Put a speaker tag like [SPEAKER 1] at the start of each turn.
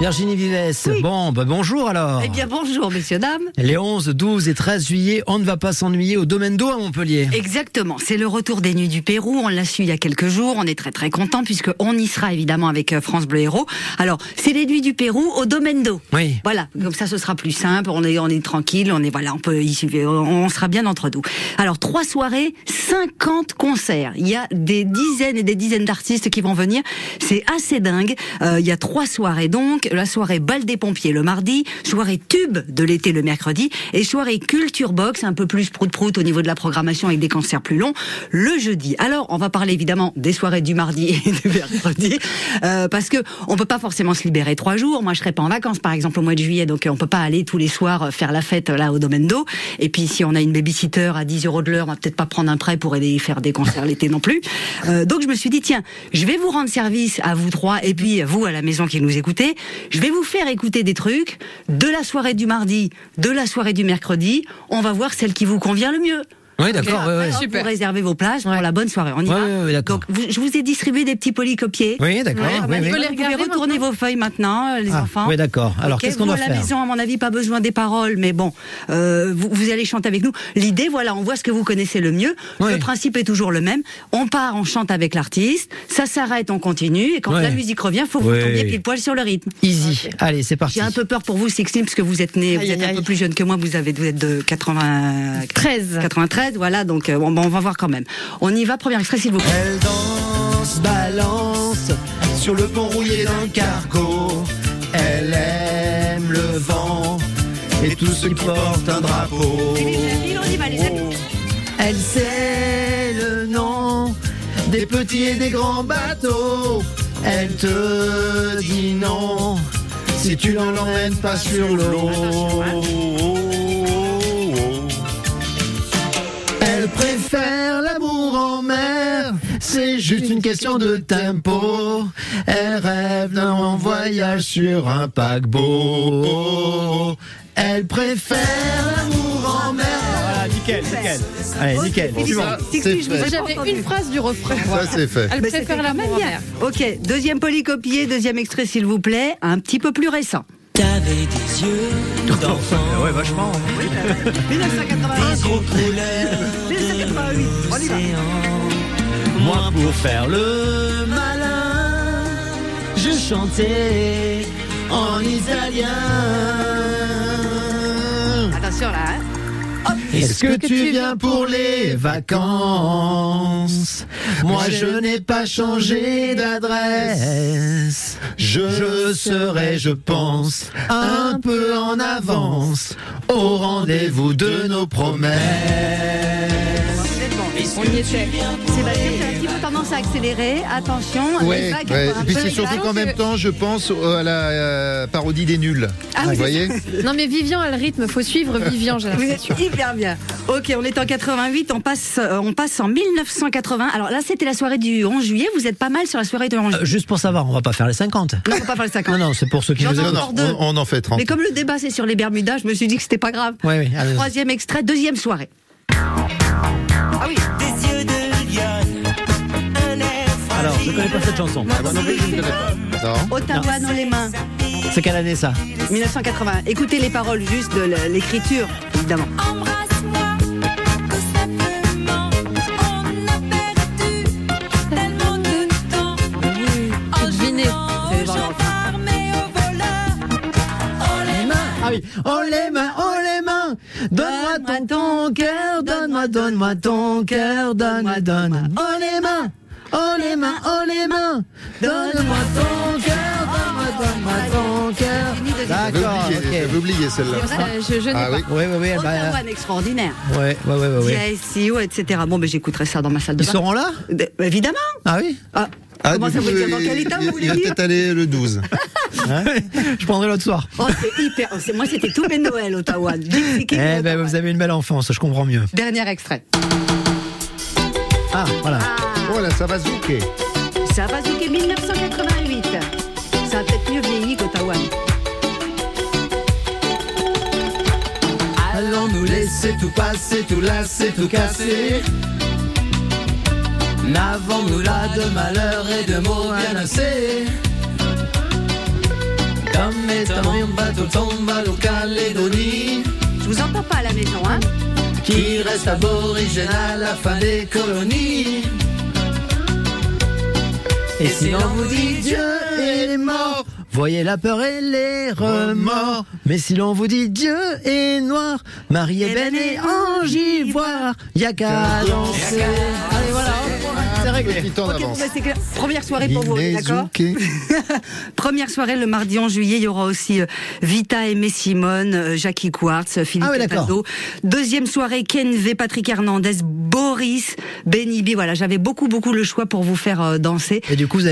[SPEAKER 1] Virginie Vives.
[SPEAKER 2] Oui.
[SPEAKER 1] Bon, bah bonjour alors.
[SPEAKER 2] Eh bien, bonjour, messieurs, dames.
[SPEAKER 1] Les 11, 12 et 13 juillet, on ne va pas s'ennuyer au domaine d'eau à Montpellier.
[SPEAKER 2] Exactement, c'est le retour des nuits du Pérou, on l'a su il y a quelques jours, on est très très content puisque on y sera évidemment avec euh, France Bleu Héros. Alors, c'est les nuits du Pérou au domaine d'eau.
[SPEAKER 1] Oui.
[SPEAKER 2] Voilà, comme ça ce sera plus simple, on est on est tranquille, on est voilà, on peut y suivre, on sera bien entre nous. Alors, trois soirées, 50 concerts. Il y a des dizaines et des dizaines d'artistes qui vont venir, c'est assez dingue. Euh, il y a trois soirées donc, la soirée bal des pompiers le mardi, soirée tube de l'été le mercredi et soirée culture box un peu plus prout-prout au niveau de la programmation avec des concerts plus longs le jeudi. Alors, on va parler évidemment des soirées du mardi et du mercredi euh, parce que on peut pas forcément se libérer trois jours. Moi, je serai pas en vacances par exemple au mois de juillet, donc euh, on peut pas aller tous les soirs euh, faire la fête euh, là au domaine d'eau. Et puis, si on a une babysitter à 10 euros de l'heure, on va peut-être pas prendre un prêt pour aller faire des concerts l'été non plus. Euh, donc, je me suis dit tiens, je vais vous rendre service à vous trois et puis à vous à la maison qui nous écoutez. Je vais vous faire écouter des trucs de la soirée du mardi, de la soirée du mercredi. On va voir celle qui vous convient le mieux.
[SPEAKER 1] Oui, d'accord. ouais, ouais.
[SPEAKER 2] Hop,
[SPEAKER 3] Ah, Super.
[SPEAKER 2] Vous réservez vos places pour la bonne soirée. On y
[SPEAKER 1] Ouais,
[SPEAKER 2] va.
[SPEAKER 1] ouais, ouais, d'accord.
[SPEAKER 2] Donc, vous- je vous ai distribué des petits polycopiers.
[SPEAKER 1] Oui, d'accord.
[SPEAKER 3] Ouais,
[SPEAKER 1] oui,
[SPEAKER 3] bah,
[SPEAKER 1] oui.
[SPEAKER 3] tu peux les
[SPEAKER 2] Vous pouvez
[SPEAKER 3] regarder
[SPEAKER 2] retourner vos feuilles maintenant, euh, les
[SPEAKER 1] Ah,
[SPEAKER 2] enfants.
[SPEAKER 1] oui, d'accord. Alors,
[SPEAKER 2] Ok,
[SPEAKER 1] qu'est-ce qu'on
[SPEAKER 2] vous,
[SPEAKER 1] doit
[SPEAKER 2] à
[SPEAKER 1] faire
[SPEAKER 2] la maison, à mon avis, pas besoin des paroles, mais bon, euh, vous, vous allez chanter avec nous. L'idée, voilà, on voit ce que vous connaissez le mieux.
[SPEAKER 1] Oui.
[SPEAKER 2] Le principe est toujours le même. On part, on chante avec l'artiste, ça s'arrête, on continue, et quand
[SPEAKER 1] Ouais.
[SPEAKER 2] la musique revient, faut que
[SPEAKER 1] Ouais.
[SPEAKER 2] vous tombiez pile poil sur le rythme.
[SPEAKER 1] Easy. Allez, c'est parti.
[SPEAKER 2] J'ai un peu peur pour vous, Sixtine, parce que vous êtes né, vous
[SPEAKER 3] Aïe,
[SPEAKER 2] êtes
[SPEAKER 3] aïe,
[SPEAKER 2] un peu
[SPEAKER 3] aïe.
[SPEAKER 2] plus jeune que moi, vous avez, vous êtes de 80,
[SPEAKER 3] 13.
[SPEAKER 2] 93, voilà, donc euh, bon, bon, on va voir quand même. On y va, premier extrait s'il vous plaît.
[SPEAKER 4] Elle danse, balance sur le pont rouillé d'un cargo. Elle aime le vent et tout ce qui porte un drapeau. Elle sait le nom des petits et des grands bateaux. Elle te dit non si tu n'en l'emmènes pas sur l'eau. Elle préfère l'amour en mer, c'est juste une question de tempo. Elle rêve d'un long voyage sur un paquebot. Elle préfère l'amour en mer.
[SPEAKER 5] Voilà, nickel, nickel.
[SPEAKER 1] Allez, nickel.
[SPEAKER 2] Philippe,
[SPEAKER 4] Ça,
[SPEAKER 2] Sixtine,
[SPEAKER 4] c'est
[SPEAKER 2] je vous ai
[SPEAKER 4] fait.
[SPEAKER 2] pas
[SPEAKER 3] J'avais
[SPEAKER 2] entendu.
[SPEAKER 3] une phrase du refrain.
[SPEAKER 4] Ça c'est fait.
[SPEAKER 3] Elle
[SPEAKER 2] Mais
[SPEAKER 3] préfère
[SPEAKER 2] c'était
[SPEAKER 3] la
[SPEAKER 2] comme
[SPEAKER 3] mort
[SPEAKER 2] hier. Ok, deuxième polycopié, deuxième extrait s'il vous plaît, un petit peu plus récent.
[SPEAKER 6] T'avais des yeux d'enfant,
[SPEAKER 5] Ah Ouais, vachement. hein.
[SPEAKER 2] 1981,
[SPEAKER 6] des yeux couleur
[SPEAKER 2] 1988, on y va.
[SPEAKER 6] océan. Moi pour faire le malin, je chantais en italien.
[SPEAKER 2] Attention là, hein.
[SPEAKER 4] Est-ce que tu viens pour les vacances Moi je n'ai pas changé d'adresse. Je serai, je pense, un peu en avance au rendez-vous de nos promesses.
[SPEAKER 2] vous êtes bon.
[SPEAKER 3] On y
[SPEAKER 2] Sébastien,
[SPEAKER 3] était.
[SPEAKER 2] tu as un petit peu tendance à accélérer, attention. les
[SPEAKER 7] Ouais,
[SPEAKER 2] vagues
[SPEAKER 7] ouais.
[SPEAKER 2] sont un
[SPEAKER 7] Et puis
[SPEAKER 2] peu
[SPEAKER 7] c'est surtout
[SPEAKER 2] éclatantes.
[SPEAKER 7] qu'en même temps, je pense euh, à la euh, parodie des nuls.
[SPEAKER 2] Ah oui.
[SPEAKER 7] Vous voyez
[SPEAKER 3] Non, mais Vivian a le rythme. Faut suivre Vivian, j'ai
[SPEAKER 2] Vous
[SPEAKER 3] l'impression.
[SPEAKER 2] êtes hyper bien. Ok, on est en 88, on passe, euh, on passe en 1980. Alors là, c'était la soirée du 11 juillet. Vous êtes pas mal sur la soirée du 11
[SPEAKER 1] Euh,
[SPEAKER 2] juillet.
[SPEAKER 1] juste pour savoir, on va pas faire les 50.
[SPEAKER 2] Non, faut pas faire le 50.
[SPEAKER 1] Non, non, c'est pour ceux qui nous
[SPEAKER 2] J'entends
[SPEAKER 7] Non,
[SPEAKER 1] écoutent.
[SPEAKER 7] non,
[SPEAKER 2] encore deux.
[SPEAKER 7] on, on en fait 30.
[SPEAKER 2] Mais comme le débat c'est sur les Bermudas, je me suis dit que c'était pas grave.
[SPEAKER 1] Ouais, ouais, allez.
[SPEAKER 2] Troisième extrait, deuxième soirée. Ah oui.
[SPEAKER 6] Des yeux de lionne, un air
[SPEAKER 1] Alors, je
[SPEAKER 6] fragile.
[SPEAKER 1] connais pas cette chanson.
[SPEAKER 7] Ah, moi non plus, je ne connais pas. Non.
[SPEAKER 2] Ottawa dans les mains,
[SPEAKER 1] C'est quelle année ça
[SPEAKER 2] 1980. Écoutez les paroles juste de l- l'écriture, évidemment.
[SPEAKER 7] Ah,
[SPEAKER 8] Embrasse-moi, tout simplement. On a perdu tellement de temps. Oh, En
[SPEAKER 3] Devinez.
[SPEAKER 8] jouant
[SPEAKER 3] C'est
[SPEAKER 8] aux
[SPEAKER 3] dans l'ordre.
[SPEAKER 8] gendarmes et aux voleurs. On les mains.
[SPEAKER 1] Ah oui. Oh les mains, oh les mains. Donne-moi ton, ton cœur, donne-moi, donne-moi ton cœur, donne-moi, donne. Oh les mains, oh les mains, oh les mains. Donne-moi ton cœur, donne-moi, donne-moi ton cœur.
[SPEAKER 7] J'avais
[SPEAKER 1] D'accord,
[SPEAKER 7] oublié,
[SPEAKER 1] ok.
[SPEAKER 7] j'avais oublié celle-là.
[SPEAKER 3] Euh, je je n'ai
[SPEAKER 7] Ah
[SPEAKER 3] pas.
[SPEAKER 7] oui.
[SPEAKER 1] Oui, oui, oui. elle va-
[SPEAKER 2] Ottawa, extraordinaire.
[SPEAKER 1] ouais, ouais, ouais, ouais, ouais.
[SPEAKER 2] Yes, CEO, etc. Bon, mais j'écouterai ça dans ma salle de
[SPEAKER 1] Ils
[SPEAKER 2] bain.
[SPEAKER 1] seront là
[SPEAKER 2] Euh, Évidemment.
[SPEAKER 1] Ah oui
[SPEAKER 2] Ah,
[SPEAKER 7] Ah,
[SPEAKER 2] comment
[SPEAKER 7] du
[SPEAKER 2] ça
[SPEAKER 7] coup,
[SPEAKER 2] veut dire
[SPEAKER 7] il-
[SPEAKER 2] Dans quel état
[SPEAKER 7] il-
[SPEAKER 2] vous voulez
[SPEAKER 7] Il va
[SPEAKER 2] dire
[SPEAKER 7] peut-être aller le 12.
[SPEAKER 1] Hein? Je prendrai l'autre soir.
[SPEAKER 2] Oh, c'est hyper. c'est- Moi, c'était tous mes Noëls, Ottawa. Eh
[SPEAKER 1] Eh ben, vous avez une belle enfance, je comprends mieux.
[SPEAKER 2] Dernier extrait.
[SPEAKER 1] Ah, voilà.
[SPEAKER 7] Oh là, ça va zouker.
[SPEAKER 2] Ça va zouker 1988. Ça a peut-être mieux vieilli qu'Ottawa.
[SPEAKER 4] Allons nous laisser tout passer, tout lasser, tout casser. N'avons-nous là de malheur et de mots bien assez Dans
[SPEAKER 6] mettant en bateau tomba au Calédonie
[SPEAKER 2] Je vous entends pas à la maison, hein
[SPEAKER 6] qui reste aborigène à la fin des colonies. Et si l'on vous dit Dieu est mort,
[SPEAKER 4] Voyez la peur et les remords. Mais si l'on vous dit Dieu est noir, Marie est belle et ange ivoire, y'a qu'à danser. hein,
[SPEAKER 9] Allez, voilà.
[SPEAKER 7] C'est réglé. Petit temps
[SPEAKER 2] Ok,
[SPEAKER 7] d'avance.
[SPEAKER 2] bah, c'est clair. Première soirée pour vous, d'accord
[SPEAKER 7] Inezuke.
[SPEAKER 2] Première soirée le mardi en juillet, il y aura aussi euh, Vita Aimé Simone, euh, Jackie Quartz, euh, Philippe
[SPEAKER 4] Ah oui, d'accord.
[SPEAKER 2] Capaldo. Deuxième soirée Ken V, Patrick Hernandez, Boris, Benny B. Voilà, j'avais beaucoup beaucoup le choix pour vous faire euh, danser.
[SPEAKER 4] Et du coup, vous avez